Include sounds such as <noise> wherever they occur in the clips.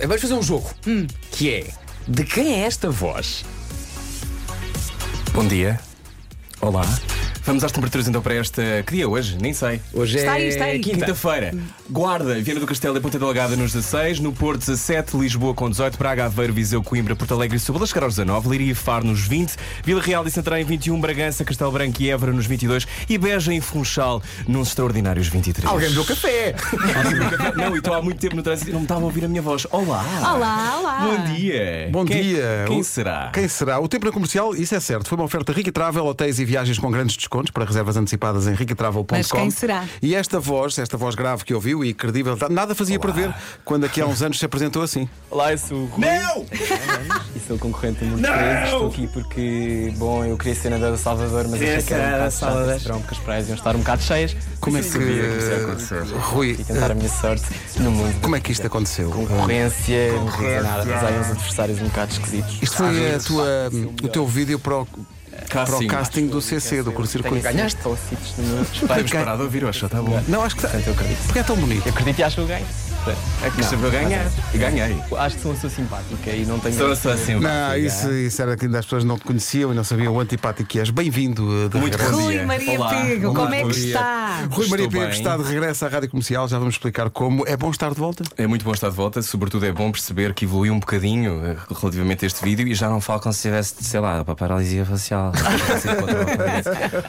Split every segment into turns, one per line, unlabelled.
Vamos fazer um jogo.
Hum.
Que é de quem é esta voz?
Bom dia. Olá. Vamos às temperaturas então para esta. Que dia é hoje? Nem sei.
Hoje
Está
é
aí, está aí.
tá.
quinta.
Quinta-feira. Guarda, Viana do Castelo e Ponta Delgada nos 16, no Porto 17, Lisboa com 18, Braga, Aveiro, Viseu, Coimbra, Porto Alegre e Setúbal a chegar aos 19, Leiria e Faro nos 20, Vila Real e Santarém 21, Bragança, Castelo Branco e Évora nos 22 e Beja e Funchal nos extraordinários 23.
Alguém bebeu café.
Alguém bebeu café? <laughs> Não, eu estou há muito tempo no trânsito e não me estava a ouvir a minha voz. Olá.
Olá, olá.
Bom dia.
Bom
Quem-
dia.
Quem
O-
será?
Quem será? O tempo na comercial, isso é certo. Foi uma oferta Rica Travel, hotéis e viagens com grandes descontos para reservas antecipadas em ricatravel.com.
Mas quem será?
E esta voz, esta voz grave que ouviu e credível, nada fazia prever quando aqui há uns anos se apresentou assim.
Olá, eu sou o Rui
Não!
e sou concorrente número 13. Estou aqui porque, bom, eu queria ser a da Salvador, mas achei que era
Essa
um bocado chato
Salvador.
esse verão, porque as praias iam estar um bocado cheias.
Como é que.
sabia que isso ia acontecer.
Rui, eh,
E tentar a minha sorte no mundo.
como é que isto aconteceu?
Concorrência, não quer dizer nada, mas há uns adversários um bocado esquisitos.
Isto
Ah,
foi a tua, o teu vídeo para o, para o
Casting.
casting do CC, do
Eu
é Curso Circuito.
tenho assim, falsitos no meu espelho.
Temos parado a ouvir, hoje, já está bom.
Não, acho que está.
Portanto, eu acredito.
Porque é tão bonito.
Eu acredito e acho que eu ganho.
É que saber ganhar. E ganhei.
Acho que sou uma pessoa simpática e não tenho.
Sou eu, sou assim.
Não, isso, isso era que ainda as pessoas não te conheciam e não sabiam o antipático que és. Bem-vindo uh, de
Muito
regresso.
bom
Rui
dia.
Maria
Olá.
Pego,
Olá,
como é
bom
que
dia.
está?
Rui Maria
Estou
Pia
bem.
está de regresso à Rádio Comercial, já vamos explicar como. É bom estar de volta?
É muito bom estar de volta, sobretudo é bom perceber que evolui um bocadinho eh, relativamente a este vídeo e já não falo como se tivesse, sei lá, para paralisia facial.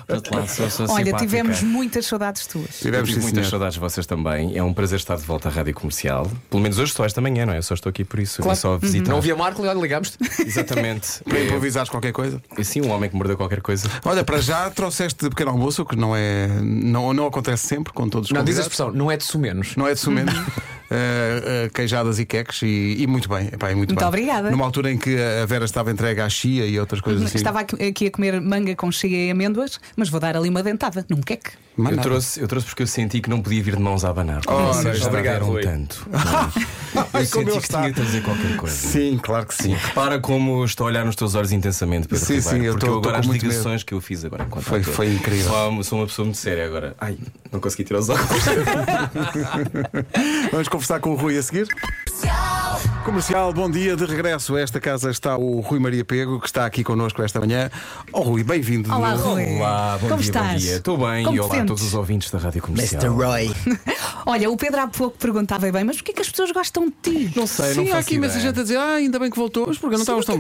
Por outro lado, sou, sou
Olha,
simpática.
tivemos muitas saudades tuas.
Eu
Tivemos,
tive
sim,
muitas
senhor.
saudades de vocês também. É um prazer estar de volta à rádio comercial. Pelo menos hoje, só esta manhã, não é? Eu só estou aqui por isso.
Claro.
É só visitar.
Não havia Marco, já ligámos-te.
Exatamente.
Para improvisares qualquer coisa?
É, sim, um homem que mordeu qualquer coisa.
Olha, para já trouxeste pequeno almoço, o que não é. Não, não acontece sempre com todos os
Não, diz a
convidados.
expressão, Uhum. não é de sumenos.
Não é de sumenos. <laughs> Uh, uh, queijadas e queques e, e muito bem, epá, e muito,
Muito
bem.
obrigada. Uhum,
Numa altura em que a Vera estava entregue à chia e outras coisas assim.
Estava aqui aqui a comer manga com chia e amêndoas, mas vou dar ali uma dentada num queque.
Mas
Eu
nada.
trouxe, eu trouxe porque eu senti que não podia vir de mãos a abanar.
Ora,
Vocês
obrigado,
trabalharam
Rui.
<laughs>
tanto.
Ai,
Eu
como
senti
ele
que
está.
tinha de trazer qualquer
é.
coisa.
Sim, claro que
<laughs>
sim.
Repara como estou a olhar nos teus olhos intensamente, Pedro
Sim,
Ribeiro,
sim, eu
porque
tô-
eu agora
tô com
as
muito
ligações que eu fiz agora enquanto
Foi-
ator.
foi incrível.
Sou uma, sou uma pessoa muito séria agora. Ai, não consegui tirar os óculos.
Vamos conversar com o Rui a seguir. Comercial, bom dia, de regresso a esta casa está o Rui Maria Pego, que está aqui connosco esta manhã. Oh Rui, bem-vindo de
Olá,
novo.
Rui.
Olá, bom
Como
dia, bom
estás?
dia. Estou bem
Como
e
te
olá a
sentes?
todos os ouvintes da Rádio Comercial.
Roy.
Olha, o Pedro há pouco perguntava bem, mas porquê que as pessoas gostam de ti?
Não sei, não
Sim, há aqui imensa gente a dizer, ah, ainda bem que voltou, mas porque não estávamos
é
tão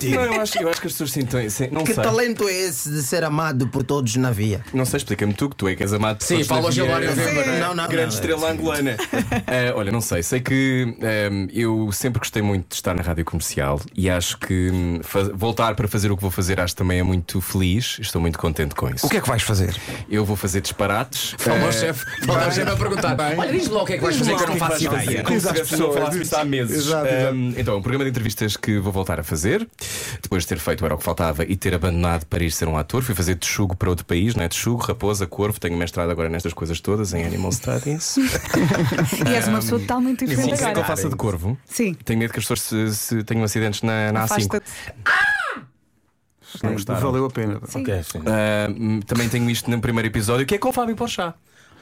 bem.
Não, eu acho, eu acho que as pessoas sentem. se- Não
<laughs> Que
sei.
talento é esse de ser amado por todos na via?
Não sei, explica-me tu que tu é que és amado.
Sim, Paulo
assim.
Gilmário Weber,
não é? Não, não,
Ah, Grande
não.
estrela angolana. <laughs> Ah, olha, não sei, sei que ahm, eu sempre gostei muito de estar na rádio comercial e acho que hum, fa- voltar para fazer o que vou fazer acho também é muito feliz. Estou muito contente com isso.
O que é que vais fazer?
Eu vou fazer disparates. eh,
Fala ao chefe, fala ao chefe a perguntar. Olha, diz logo o que é que vais fazer que eu não faço ideia.
Como se
Diz às
tivesse não
pessoas,
falasse
diz-
isto há meses.
Exato, exato.
Ahm, então, um programa de entrevistas que vou voltar a fazer, depois de ter feito Era o que Faltava e ter abandonado para ir ser um ator. Fui fazer Texugo para outro país, não é? Texugo, Raposa, Corvo. Tenho mestrado agora nestas coisas todas, em Animal Studies.
E és uma pessoa totalmente
Ah, Sim,
diferente
quer que eu
agora.
faça de corvo?
Sim.
Tenho medo que as pessoas se, se tenham acidentes na, na A5.
Afasta-te.
Não gostaram.
Valeu a pena.
Ah, hum, também tenho isto no primeiro episódio, que é com o Fábio Porchá.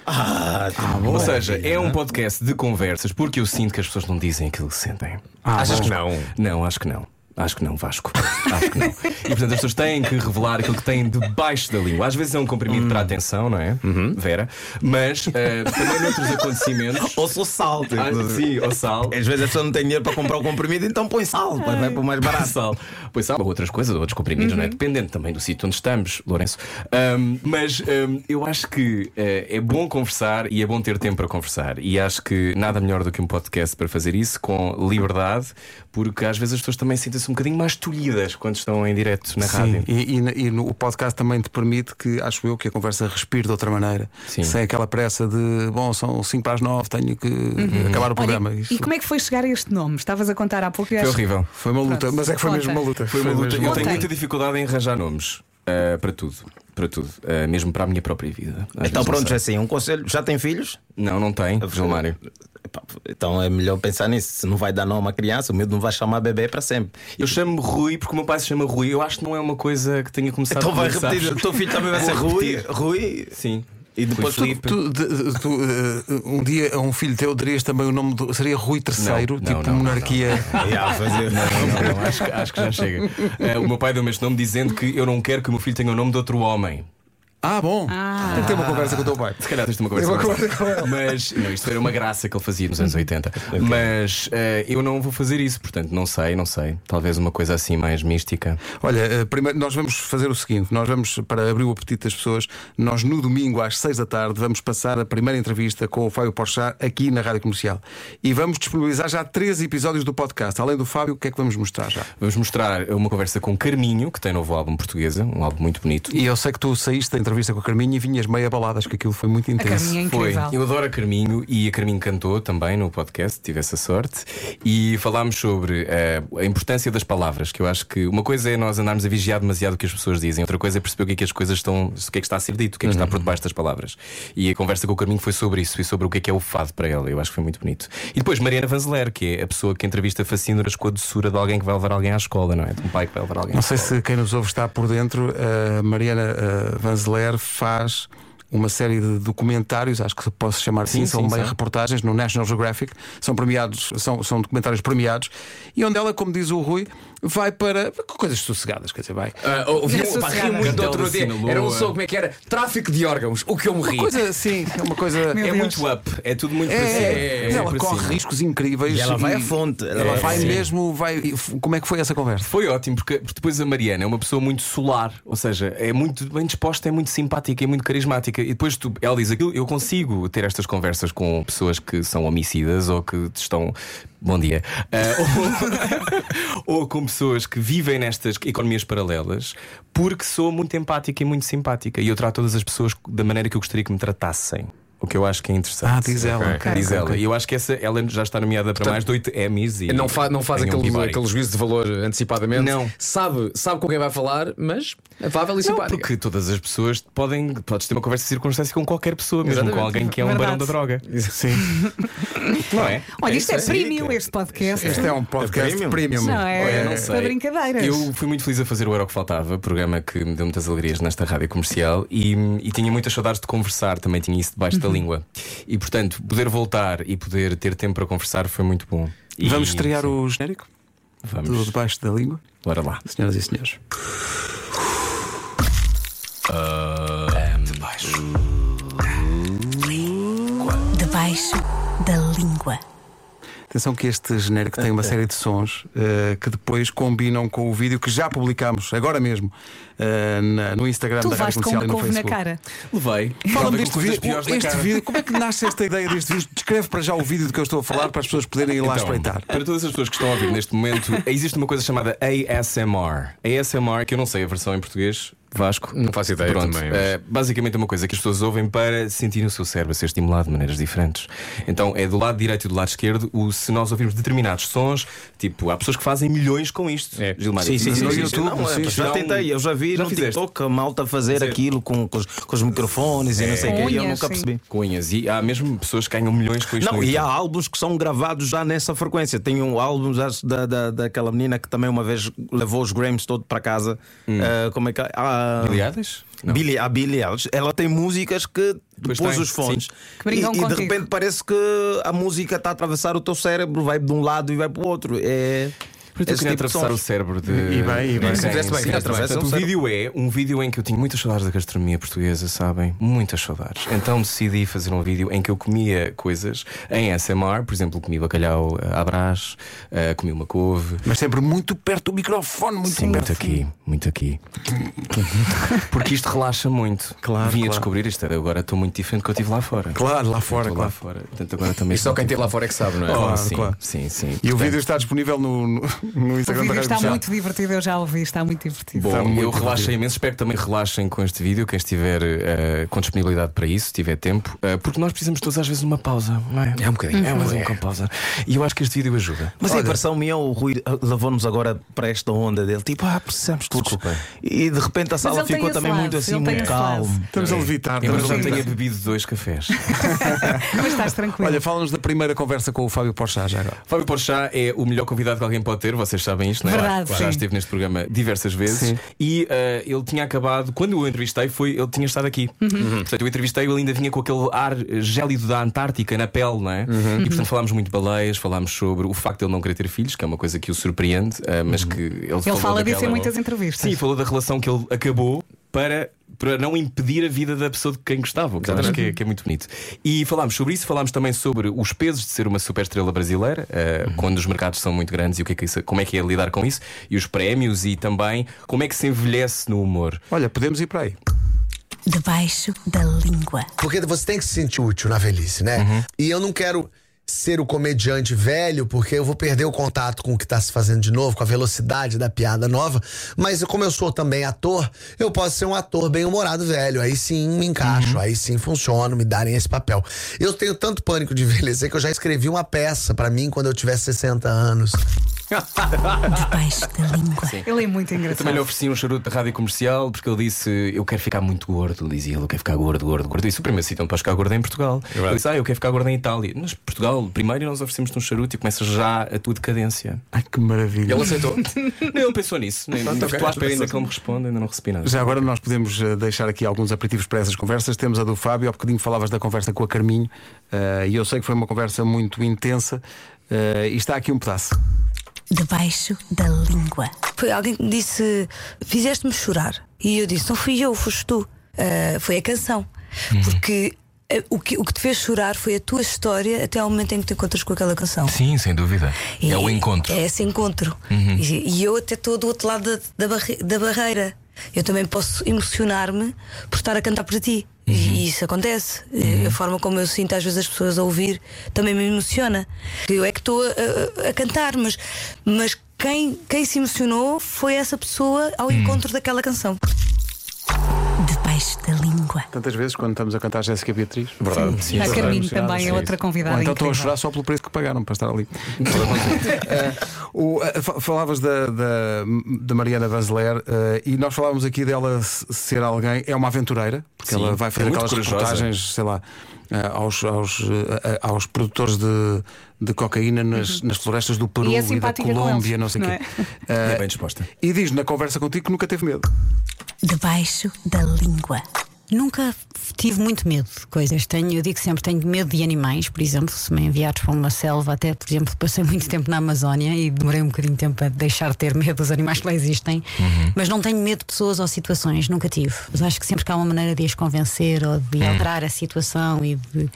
Ah, Ou seja, é um podcast de conversas porque eu sinto que as pessoas não dizem aquilo que sentem.
Achas que não?
Não, acho que não. Acho que não, Vasco. Acho que não. E portanto as pessoas têm que revelar aquilo que têm debaixo da língua. Às vezes é um comprimido para a atenção, não é? Vera. Mas eh, também noutros <laughs> acontecimentos.
Ou sou sal.
Ah, sim, ou sal.
Às vezes a pessoa não tem dinheiro para comprar o comprimido, então põe sal, vai vai para o mais barato.
Sal. Pois há outras coisas, outros comprimidos,
Uhum.
não é? Dependendo também do sítio onde estamos, Lourenço. Ahm, mas ahm, eu acho que eh, é bom conversar e é bom ter tempo para conversar. E acho que nada melhor do que um podcast para fazer isso com liberdade, porque às vezes as pessoas também sentem-se um bocadinho mais tolhidas quando estão em direto na
Sim,
rádio.
e, e na- e no, o podcast também te permite que, acho eu, que a conversa respire de outra maneira.
Sim.
Sem aquela pressa de, bom, são 5 para as 9, tenho que acabar o programa.
Olha,
Isso
e como é que foi chegar a este nome? Estavas a contar há pouco e
Foi
acho-
É horrível.
Foi uma luta,
Pronto,
mas é que foi
conta.
mesmo uma luta.
Foi uma luta.
mesmo
Eu
uma
tenho
Ontem.
muita dificuldade em arranjar nomes ah, para tudo. Para tudo. Ah, mesmo para a minha própria vida. Às
Então
vezes não
pronto,
sei.
assim, um conselho, já tem filhos?
Não, não tem, Gilmário.
Epá, Então é melhor pensar nisso. Se não vai dar nome a criança, o miúdo não vai chamar bebê para sempre.
Eu chamo-me Rui porque o meu pai se chama Rui. Eu acho que não é uma coisa que tenha começado
Então vai
comigo,
repetir,
sabes?
o teu filho também vai ser
Vou
Rui.
repetir.
Rui.
Sim. E depois
Tu,
Filipe.
tu- de- tu, eh, um dia a um filho teu dirias também o nome do. Seria Rui III,
Não, não,
tipo
não, não,
monarquia.
Yeah, fazer.
É, Não, não, acho, que- acho que já chega. Eh, o meu pai deu-me este nome dizendo que eu não quero que o meu filho tenha o nome de outro homem.
Ah, bom. Tem que ter uma conversa com o teu pai.
Se calhar tens de uma conversa
Eu vou
com ele. Mas não, isto era uma graça que ele fazia nos anos
<laughs>
80. Mas eh, eu não vou fazer isso, portanto, não sei, não sei. Talvez uma coisa assim mais mística.
Olha, eh, primeiro nós vamos fazer o seguinte: nós vamos, para abrir o apetite das pessoas, nós no domingo às seis da tarde vamos passar a primeira entrevista com o Fábio Porchat aqui na Rádio Comercial. E vamos disponibilizar já três episódios do podcast. Além do Fábio, o que é que vamos mostrar já?
Vamos mostrar uma conversa com Carminho, que tem novo álbum portuguesa, um álbum muito bonito.
E eu sei que tu saíste da entrevista com a Carminha e vinhas meia balada, acho que aquilo foi muito
A
intenso.
Carminha é
Foi.
incrível.
Eu adoro a Carminho e a Carminho cantou também no podcast, tive essa sorte. E falámos sobre eh, a importância das palavras, que eu acho que uma coisa é nós andarmos a vigiar demasiado o que as pessoas dizem, outra coisa é perceber o que é que as coisas estão, o que é que está a ser dito, o que é que está
Uhum.
por debaixo das palavras. E a conversa com o Carminho foi sobre isso e sobre o que é que é o fado para ela. Eu acho que foi muito bonito. E depois Mariana Vanzeler, que é a pessoa que entrevista facínoras com a doçura de alguém que vai levar alguém à escola, não é? De um pai que vai levar alguém à
Não sei
escola.
se quem nos ouve está por dentro, a Mariana eh, Vanzeler faz uma série de documentários, acho que se posso chamar assim,
Sim,
são
sim,
meio
são.
reportagens no National Geographic, são premiados, são, são documentários premiados, e onde ela, como diz o Rui, vai para coisas sossegadas, quer dizer, vai. É
Ah, ouvi
Nessa
um, pá, ri
serrada.
muito do
Cartel
outro
da
dia.
Sinaloa.
Era um som, como é que era? Tráfico de órgãos. O que eu me
Uma
ri.
coisa assim, é uma coisa.
Meu
É
Deus.
muito up, é tudo muito
É,
para cima.
é,
muito
ela
para
corre
cima.
riscos incríveis.
E ela vai
e
à fonte.
É.
Ela
Ela
vai à
vai
fonte.
mesmo, vai. e f- Como é que foi essa conversa?
Foi ótimo, porque, porque depois a Mariana é uma pessoa muito solar, ou seja, é muito bem disposta, é muito simpática, é muito carismática. E depois tu, ela diz aquilo, eu consigo ter estas conversas com pessoas que são homicidas ou que estão. Bom dia. Ah, ou, <laughs> ou com pessoas que vivem nestas economias paralelas, porque sou muito empática e muito simpática. E eu trato todas as pessoas da maneira que eu gostaria que me tratassem. O que eu acho que é interessante.
Ah, diz ela, ok,
Diz
ok,
ela.
ok.
E eu acho que essa, ela já está nomeada para mais de é 8 Emmys. E
Não, fa- não faz
tem um
aquele,
Peabody.
aquele juízo de valor antecipadamente.
Não.
Sabe, sabe com quem vai falar, mas é fável e
Não,
simpática.
Tipo, ah, porque todas as pessoas podem podes ter uma conversa de circunstância com qualquer pessoa, mesmo
Exatamente.
com alguém que é um barão
Verdade.
da droga. Sim. <laughs> Não é?
Olha, isto é
isso, é
premium, este podcast.
Este é um podcast
É
premium.
premium?
Não é?
Olha, não
para
sei.
brincadeiras.
Eu fui muito feliz a fazer o Era o que Faltava, programa que me deu muitas alegrias nesta rádio comercial e, e tinha muitas saudades de conversar, também tinha isso debaixo da língua. E portanto, poder voltar e poder ter tempo para conversar foi muito bom. E-
Vamos estrear o genérico? Do
Vamos,
debaixo da língua?
bora lá.
Senhoras e senhores.
Debaixo da língua.
Atenção que este genérico tem uma série de sons eh, que depois combinam com o vídeo que já publicámos agora mesmo eh, na- no Instagram
Tu
da
levaste
Rádio
com
Comercial
uma
e no
couve na
Facebook.
cara.
Levei.
Fala-me
Levei com
deste
coisas
vídeo,
piores na
este
cara.
vídeo, como é que nasce esta ideia deste vídeo? Descreve para já o vídeo do que eu estou a falar para as pessoas poderem ir lá
Então,
espreitar.
Para todas as pessoas que estão a ouvir neste momento,
<laughs>
existe uma coisa chamada ASMR. ASMR, que eu não sei a versão em português. Vasco, não
faço ideia
Pronto,
também, mas-
eh, basicamente é uma coisa que as pessoas ouvem para sentirem o seu cérebro a ser estimulado de maneiras diferentes. Então é do lado direito e do lado esquerdo. O, se nós ouvirmos determinados sons, tipo, há pessoas que fazem milhões com isto.
É.
Gilmar,
Sim, sim,
no
sim, sim, sim.
YouTube,
Não, é,
sim,
já
dá um-
tentei, eu já vi
Já
no
fizeste?
TikTok a malta fazer aquilo com, com os, com os microfones e não sei o quê, e eu
Unhas,
nunca
sim.
percebi.
Cunhas. E há mesmo pessoas que ganham milhões com isto. é
Não,
no
e há
YouTube.
álbuns que são gravados já nessa frequência. Tem um álbum já da, da, daquela menina que também uma vez levou os Grammys todo para casa. Ah, como é que é? Ah,
Hum. Billie Eilish? Não.
Billie, a Billie Eilish. Ela tem músicas que
Pois
pôs
tem,
os fones.
Que
E,
brincam
e de
contigo.
repente parece que a música está a atravessar o teu cérebro, vai de um lado e vai para o outro. É.
Porque eu
esse
queria
tipo de
atravessar o
sons.
cérebro de. é?
E bem, e bem.
Sim,
Fizeste bem,
sim,
fizeste
bem.
Portanto, O vídeo é um vídeo em que eu tinha muitas saudades da gastronomia portuguesa, sabem? Muitas saudades. Então decidi fazer um vídeo em que eu comia coisas em SMR, por exemplo, comi bacalhau eh, à brás, eh, comi uma couve.
Mas sempre muito perto do microfone, muito
Sim,
perto.
muito aqui, muito <laughs> aqui. Porque isto relaxa muito.
Claro,
Vim
claro.
a descobrir isto. Agora estou muito diferente do que eu tive lá fora.
Claro, lá fora,
Estou lá
claro.
fora. Portanto, agora também.
E só quem tem lá fora é que sabe, não é?
Claro,
Claro,
sim,
claro.
sim, sim.
E o
Portanto,
vídeo está disponível no, no, no
O
Instagram da
vídeo
Rádio
está
Comercial.
muito divertido, eu já ouvi, está muito divertido.
Está
Bom,
muito
eu relaxei
divertido.
imenso, espero que também relaxem com este vídeo, quem estiver eh, com disponibilidade para isso, se tiver tempo, eh, porque nós precisamos todos às vezes de uma pausa, não é? É um bocadinho, é um bocadinho com pausa. E eu acho que este vídeo ajuda.
Mas a impressão minha, o Rui ah, levou-nos agora para esta onda dele, tipo, ah, precisamos todos.
Desculpem.
E de repente a sala
ele tem
ficou
esse
também
lado,
muito assim,
ele tem
muito
esse
calmo.
lado.
Estamos a levitar.
Embora
estamos a
já tenha
levitar.
bebido dois cafés.
Mas estás tranquilo.
Olha, fala-nos da primeira conversa com o Fábio Porchat já agora.
Fábio Porchat é o melhor convidado que alguém pode ter. vocês sabem isto, não é?
Verdade,
Já
sim.
esteve neste programa diversas vezes e eh, ele tinha acabado, quando eu o entrevistei, foi, ele tinha estado aqui.
Uhum.
Uhum. Portanto, eu entrevistei, ele ainda vinha com aquele ar eh, gélido da Antártica na pele, não é?
Uhum.
E portanto falámos muito de baleias, falámos sobre o facto de ele não querer ter filhos, que é uma coisa que o surpreende, eh, mas
Uhum.
que ele
Ele
falou
fala disso em
daquela-
muitas entrevistas.
Sim, falou da relação que ele acabou para, para não impedir a vida da pessoa de quem gostava, o que eu acho que é, que é muito bonito. E falámos sobre isso, falámos também sobre os pesos de ser uma superestrela brasileira, eh,
Uhum.
quando os mercados são muito grandes e o que é que isso- como é que é lidar com isso, e os prémios e também como é que se envelhece no humor.
Olha, podemos ir para aí.
Debaixo da língua.
Porque você tem que se sentir útil na velhice, né? E eu não quero ser o comediante velho, porque eu vou perder o contato com o que tá se fazendo de novo, com a velocidade da piada nova. Mas como eu sou também ator, eu posso ser um ator bem-humorado velho. Aí sim me encaixo, aí sim funciono, me darem esse papel. Eu tenho tanto pânico de envelhecer que eu já escrevi uma peça pra mim quando eu tiver 60 anos.
Debaixo da língua.
Ele é muito
Também lhe
engraçado.
ofereci um charuto da rádio comercial porque ele disse: Eu quero ficar muito gordo. Ele dizia: ele, Eu quero ficar gordo, gordo, gordo. Eu disse: O primeiro sítio onde podes ficar gordo é em Portugal. Ele disse: Ah, eu quero ficar gordo em Itália. Mas Portugal, primeiro nós oferecemos-te um charuto e começas já a tua decadência.
Ai, que maravilha.
Ele aceitou.
<laughs>
não, ele pensou nisso. Nem,
Pronto, ok.
Estou à espera ainda que ele me responda, ainda não recebi nada.
Já agora nós podemos eh, deixar aqui alguns aperitivos para essas conversas. Temos a do Fábio, há bocadinho falavas da conversa com a Carminho, eh, e eu sei que foi uma conversa muito intensa, eh, e está aqui um pedaço.
Debaixo da língua.
Foi alguém que me disse: Fizeste-me chorar. E eu disse: Não fui eu, foste tu. Ah, foi a canção. Porque ah, o que, o que te fez chorar foi a tua história até ao momento em que te encontras com aquela canção.
Sim, sem dúvida.
E
é o encontro. Uhum.
É esse encontro. E, e eu até estou do outro lado da, da, barre- da barreira. Eu também posso emocionar-me por estar a cantar para ti.
Uhum.
E isso acontece. E A forma como eu sinto às vezes as pessoas a ouvir também me emociona. Eu é que estou a, a- a cantar, mas, mas quem, quem se emocionou foi essa pessoa ao
Hum.
encontro daquela canção.
Debaixo da língua.
Tantas vezes quando estamos a cantar Jéssica Beatriz.
Verdade. Sim,
A
verdade.
Carminho também é outra convidada.
Ou então
um
estou a
incrível.
chorar só pelo preço que pagaram para estar <laughs> ali. Eh, o- eh, fa- falavas da, da, da Mariana Vanzeler eh, e nós falávamos aqui dela se- ser alguém, é uma aventureira, porque
Sim,
ela vai
é
fazer
muito
aquelas
corajosa.
reportagens, sei lá, eh, aos, aos, eh, a- aos produtores de, de cocaína nas, nas florestas do Peru
E é
da
simpática com
Colômbia,
eles,
não sei o
não
quê. Eh,
É bem disposta.
e diz na conversa contigo que nunca teve medo.
Debaixo da língua.
Nunca f- tive muito medo de coisas. Tenho, eu digo sempre, tenho medo de animais, por exemplo, se me enviares para uma selva, até, por exemplo, passei muito tempo na Amazónia e demorei um bocadinho de tempo a deixar de ter <laughs> medo dos animais que lá existem.
Uhum.
Mas não tenho medo de pessoas ou situações, nunca tive. Mas acho que sempre que há uma maneira de as convencer ou de
Hum.
alterar a situação e de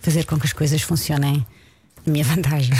fazer com que as coisas funcionem. à Minha
<laughs>
vantagem.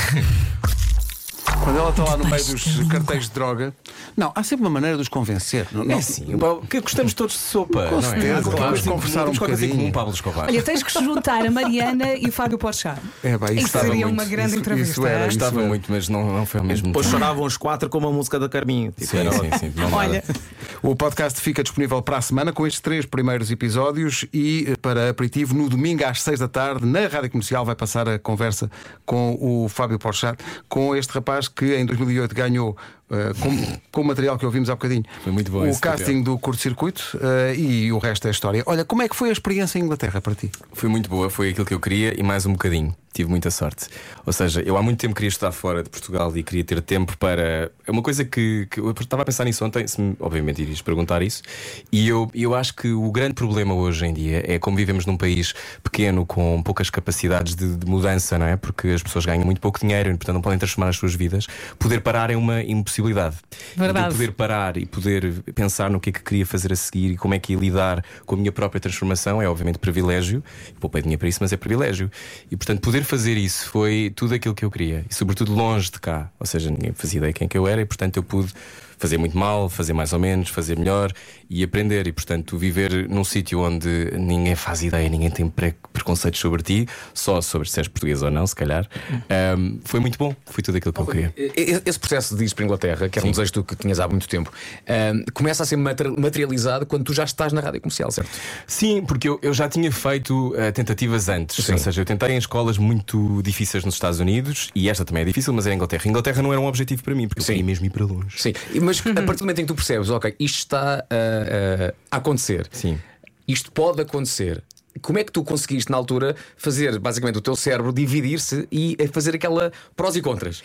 Quando ela está lá no meio
Debaixo da
dos
língua.
cartéis de droga, não, há sempre uma maneira de os convencer. Não, não-
É sim, Paulo, que gostamos todos de sopa.
Com
não
certeza,
é?
vamos
Claro, sim,
conversar
temos
um
qualquer coisa em
bocadinho.
comum, Pablo Escobar.
Olha, tens que juntar a Mariana e o Fábio Porchat.
É, pá, isso
isso
estava
seria
muito.
uma grande
Isso-
entrevista.
isso era,
hein?
isso
Gostava muito, mas não, não foi ao mesmo
Depois
tempo.
choravam os quatro como a música da Carminho. Tipo,
Sim,
era-
sim, sim. não
Olha,
nada.
O podcast fica disponível para a semana com estes três primeiros episódios e eh, para aperitivo no domingo às seis da tarde na Rádio Comercial vai passar a conversa com o Fábio Porchat, com este rapaz que em 2008 ganhou eh, com, com o material que ouvimos há bocadinho
Foi muito bom
o
esse
casting do curto-circuito eh, e o resto é história. Olha, como é que foi a experiência em Inglaterra para ti?
Foi muito boa, foi aquilo que eu queria e mais um bocadinho. Tive muita sorte. Ou seja, eu há muito tempo queria estar fora de Portugal e queria ter tempo para. É uma coisa que, que eu estava a pensar nisso ontem, se me- obviamente irias perguntar isso. E eu, eu acho que o grande problema hoje em dia é como vivemos num país pequeno com poucas capacidades de, de mudança, não é? Porque as pessoas ganham muito pouco dinheiro e, portanto, não podem transformar as suas vidas. Poder parar é uma impossibilidade.
Verdade.
E poder parar e poder pensar no que é que queria fazer a seguir e como é que ia lidar com a minha própria transformação é obviamente privilégio. Poupei dinheiro para isso, mas é privilégio. E portanto, poder fazer isso foi tudo aquilo que eu queria. E sobretudo longe de cá. Ou seja, ninguém fazia ideia quem que eu era e portanto eu pude fazer muito mal, fazer mais ou menos, fazer melhor e aprender. E portanto, viver num sítio onde ninguém faz ideia, ninguém tem pre- preconceitos sobre ti, só sobre se és português ou não, se calhar, Ahm, foi muito bom. Foi tudo aquilo que eu queria.
E- Esse processo de ires para a Inglaterra, que era um desejo tu que tinhas há muito tempo, ahm, começa a ser mater- materializado quando tu já estás na rádio comercial, certo?
Sim, porque eu, eu já tinha feito eh, tentativas antes.
Sim.
Ou seja, eu tentei em escolas muito difíceis nos Estados Unidos e esta também é difícil, mas era em Inglaterra. Inglaterra não era um objetivo para mim, porque
Sim.
eu queria mesmo ir para longe.
Sim. E- Mas a
Uhum.
partir do momento em que tu percebes, ok, isto está ah, ah, a acontecer,
Sim.
isto pode acontecer. Como é que tu conseguiste, na altura, fazer basicamente o teu cérebro dividir-se e eh, fazer aquela prós e contras?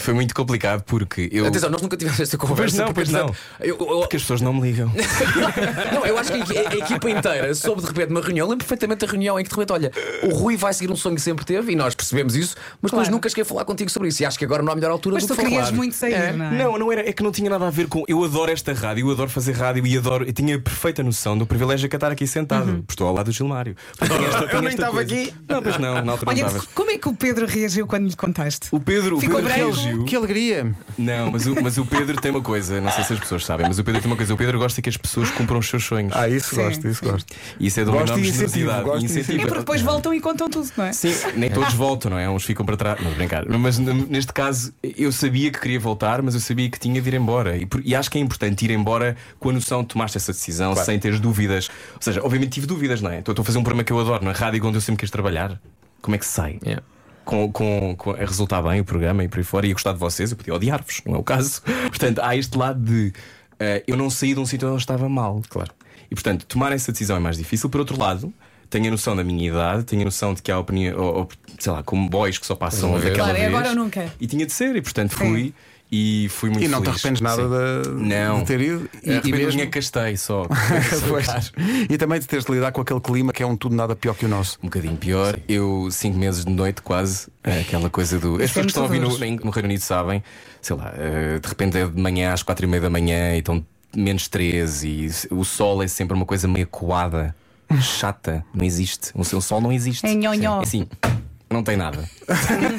foi muito complicado porque eu.
Atenção, nós nunca tivemos esta
Pois
conversa.
não,
porque,
pois não.
portanto, Eu, eu-
Porque as pessoas não me ligam.
<laughs> não, eu acho que a, a equipa inteira soube de repente de uma reunião. Lembro perfeitamente da reunião em que de repente, olha, o Rui vai seguir um sonho que sempre teve e nós percebemos isso, mas depois
Claro.
nunca cheguei a falar contigo sobre isso. E acho que agora não há melhor altura
Mas
do que
tu
falar.
querias muito sair,
É.
<laughs> não é?
Não, não era. É que não tinha nada a ver com. Eu adoro esta rádio, eu adoro fazer rádio e adoro. Eu tinha a perfeita noção do privilégio de estar aqui sentado.
Uhum.
Porque Estou ao lado do
<laughs>
Gilmário. Porque tinha esta- tinha
nem
esta
estava
coisa.
aqui.
Não, pois não, na altura
Olha,
não estavas.
como é que o Pedro reagiu quando lhe contaste?
O Pedro, o
Ficou
Pedro
branco?
reagiu.
Que alegria!
Não, mas o, mas o Pedro tem uma coisa, não sei se as pessoas sabem, mas o Pedro tem uma coisa. O Pedro gosta que as pessoas cumpram os seus sonhos.
Ah, isso
Sim.
gosto, isso gosto.
E isso é de uma
Gosto
enorme
e incentivo,
generosidade.
gosto e
É porque depois voltam e contam tudo, não é?
Sim, nem todos voltam, não é? Uns ficam para trás, mas brincar. Mas n- neste caso, eu sabia que queria voltar, mas eu sabia que tinha de ir embora. E, por- e acho que é importante ir embora com a noção de tomaste essa decisão, sem ter dúvidas. Ou seja, obviamente tive dúvidas, não é? Estou estou a fazer um programa que eu adoro, na rádio onde eu sempre quis trabalhar. Como é que se sai?
Yeah.
Com, com, com- a resultar bem o programa e por aí fora, e eu gostar de vocês, eu podia odiar-vos, não é o caso. <laughs> Portanto, há este lado de eh, eu não saí de um sítio onde eu estava mal. Claro. E portanto, tomar essa decisão é mais difícil. Por outro lado, tenho a noção da minha idade, tenho a noção de que há opinião, ou, ou, sei lá, como boys que só passam
Uma
daquela
vez.
vez.
Claro, é agora ou nunca.
E tinha de ser, e portanto fui. E fui muito
E não te
feliz.
arrependes nada
Sim.
da-
não.
de ter ido? E-
E,
e
e
mesmo-
castei
<laughs>
só.
Pois. E também de teres de lidar com aquele clima que é um tudo nada pior que o nosso.
Um bocadinho pior, eu cinco meses de noite quase, é aquela coisa do. As pessoas que estão a ouvir no, no Reino Unido sabem, sei lá, eh, de repente é de manhã às quatro e meia da manhã e estão menos três e se- o sol é sempre uma coisa meio coada, chata, não existe. O seu sol não existe.
É nhonhó.
É Assim, não tem nada.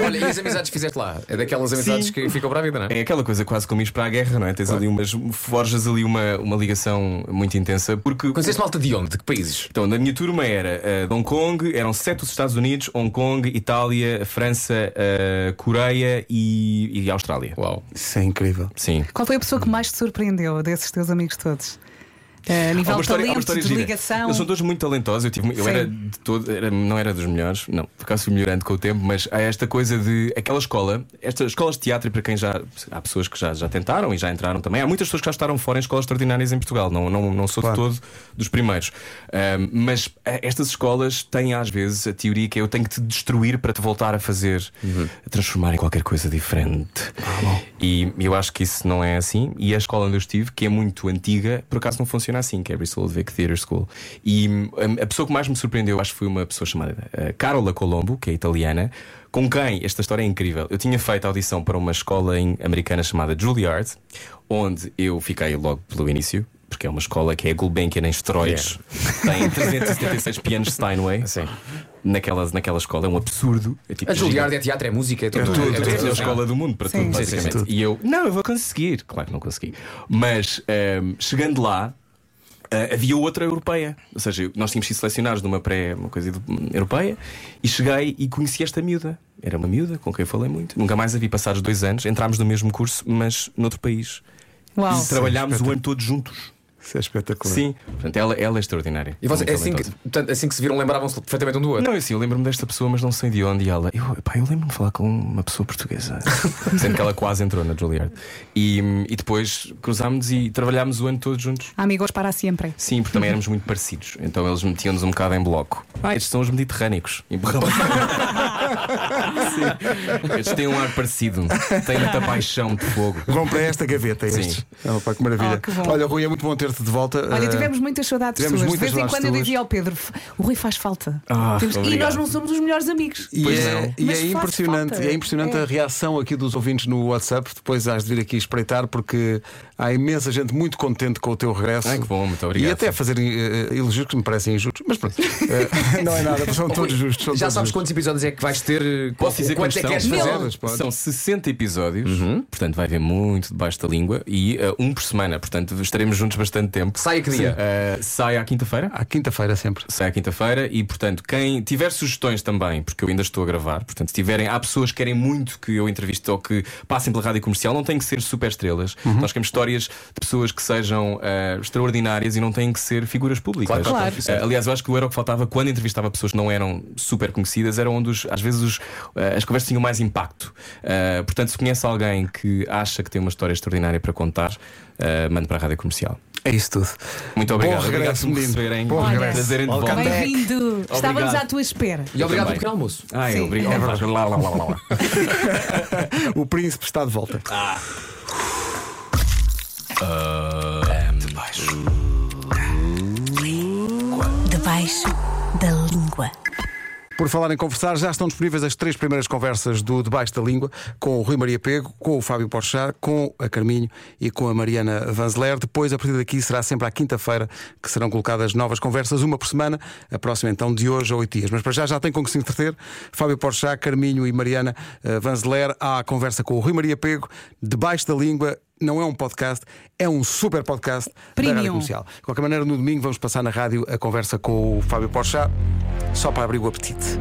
Olha, e as amizades que fizeste lá? É daquelas amizades que ficam para a vida, não é?
É aquela coisa quase como ir para a guerra, não é? Tens ali umas. forjas ali uma, uma ligação muito intensa, porque.
Conheceste malta de onde? De que países?
Então, na minha turma era eh, de Hong Kong, eram sete os Estados Unidos, Hong Kong, Itália, França, eh, Coreia e, e Austrália.
Uau.
Isso é incrível.
Sim.
Qual foi a pessoa que mais te surpreendeu desses teus amigos todos? Eh, A nível de talento, de
gira.
ligação.
Eles são todos muito talentosos. Eu, tive, eu
Sim.
era de todo, era- não era dos melhores, não, por acaso fui melhorando com o tempo, mas há esta coisa de aquela escola, estas escolas de teatro, e para quem já há pessoas que já, já tentaram e já entraram também, há muitas pessoas que já estaram fora em escolas extraordinárias em Portugal, não, não, não sou de todo dos primeiros. Ahm, mas eh, estas escolas têm às vezes a teoria que é eu tenho que te destruir para te voltar a fazer,
Uhum.
a transformar em qualquer coisa diferente.
Ah,
E eu acho que isso não é assim. E a escola onde eu estive, que é muito antiga, por acaso não funciona assim, que é a Bristol Vic Theatre School. E hum, a, a pessoa que mais me surpreendeu, acho que foi uma pessoa chamada eh, Carola Colombo, que é italiana, com quem esta história é incrível. Eu tinha feito audição para uma escola em- americana chamada Juilliard, onde eu fiquei logo pelo início. Porque é uma escola que é Gulbenkian em esteroides, tem 376 pianos Steinway
Sim.
naquela, naquela escola, é um absurdo. É tipo
A
gigante.
Juilliard é teatro, é música, é tudo.
Tudo,
é
tudo,
tudo.
a escola do mundo para
Sim.
tudo,
Sim, sim,
basicamente. E eu, não, eu vou conseguir. Claro que não consegui. Mas ehm, chegando lá. eh, havia outra europeia, ou seja, eu- nós tínhamos sido selecionados numa pré, uma coisa de- hum, europeia, e cheguei e conheci esta miúda. Era uma miúda com quem eu falei muito. Nunca mais a vi passados dois anos. Entrámos no mesmo curso, mas noutro país.
Uau.
E trabalhámos o ano todo juntos.
Isso é espetacular.
Sim, portanto, ela, ela é extraordinária.
E vocês,
Muito
é assim, que,
talentosa.
portanto, assim que se viram, lembravam-se perfeitamente um do outro.
Não, eu sim, eu lembro-me desta pessoa, mas não sei de onde. E ela, eu, pá, eu lembro-me de falar com uma
<laughs>
pessoa portuguesa, sendo que ela quase entrou na Juilliard. E, e depois cruzámos e trabalhámos o ano todo juntos.
Amigos para sempre.
Sim, porque também éramos muito parecidos. Então eles metiam-nos um bocado em bloco. Ah, estes são os mediterrânicos.
<laughs>
E empurravam. Sim. Eles têm um ar parecido, têm muita paixão de fogo.
Vão para esta gaveta
Sim.
estes. Oh, pá, que maravilha.
Oh, que bom.
Olha, Rui, é muito bom ter-te de volta.
Olha,
Eh,
tivemos muitas saudades
tivemos
tuas.
muitas
de vez em
saudades
quando eu
tuas.
dizia ao Pedro: o Rui faz falta.
Ah,
Temos- E
obrigado.
nós não somos os melhores amigos.
E
Pois
é,
não.
e
Mas
é
faz
impressionante,
falta.
é impressionante
É.
a reação aqui dos ouvintes no WhatsApp. Depois hás de vir aqui espreitar, porque há imensa gente muito contente com o teu regresso.
Ai, que bom, muito obrigado.
E até a fazer eh, elogios que me parecem injustos,
<laughs>
mas pronto, Eh, não é nada, são todos justos. São
Já sabes
todos justos.
quantos episódios é que vais ter?
Posso dizer
quantos é que
quantos
queres
são?
fazer?
Mil. Mas pode.
São 60 episódios,
Uhum.
portanto vai haver muito debaixo da língua e ah, um por semana, portanto estaremos juntos bastante tempo.
Sai a que dia?
Ah, sai à quinta-feira.
À quinta-feira sempre.
Sai à quinta-feira e, portanto, quem tiver sugestões também, porque eu ainda estou a gravar, portanto, se tiverem, há pessoas que querem muito que eu entreviste ou que passem pela rádio comercial, não têm que ser super estrelas. Nós queremos histórias de pessoas que sejam ah, extraordinárias e não têm que ser figuras públicas. Eh,
Claro, claro,
Ah, aliás, eu acho que o era o que faltava quando entrevistava pessoas que não eram super conhecidas, era onde os, às vezes mais os, eh, as conversas tinham mais impacto. Eh, portanto, se conhece alguém que acha que tem uma história extraordinária para contar, eh, mande para a rádio comercial.
É isso tudo.
Muito obrigado.
Bom regresso,
obrigado por me
menino.
receberem.
Bom
Obrigado por
regresso.
trazerem de
Welcome
volta.
back.
Bem-vindo. Estávamos
Obrigado.
à tua espera.
E obrigado pelo
Também.
pequeno almoço.
Ai, obrigado. Lá, lá, lá, lá, lá.
O príncipe está de volta.
Debaixo da língua.
Por falar em conversar, já estão disponíveis as três primeiras conversas do Debaixo da Língua com o Rui Maria Pego, com o Fábio Porchat, com a Carminho e com a Mariana Vanzeler. Depois, a partir daqui, será sempre à quinta-feira que serão colocadas novas conversas, uma por semana, a próxima então de hoje a oito dias. Mas para já já tem com que se entreter. Fábio Porchat, Carminho e Mariana eh, Vanzeler à conversa com o Rui Maria Pego, Debaixo da Língua. Não é um podcast, é um super podcast da Rádio
Premium.
Comercial. De qualquer maneira, no domingo vamos passar na rádio a conversa com o Fábio Porchat, só para abrir o apetite.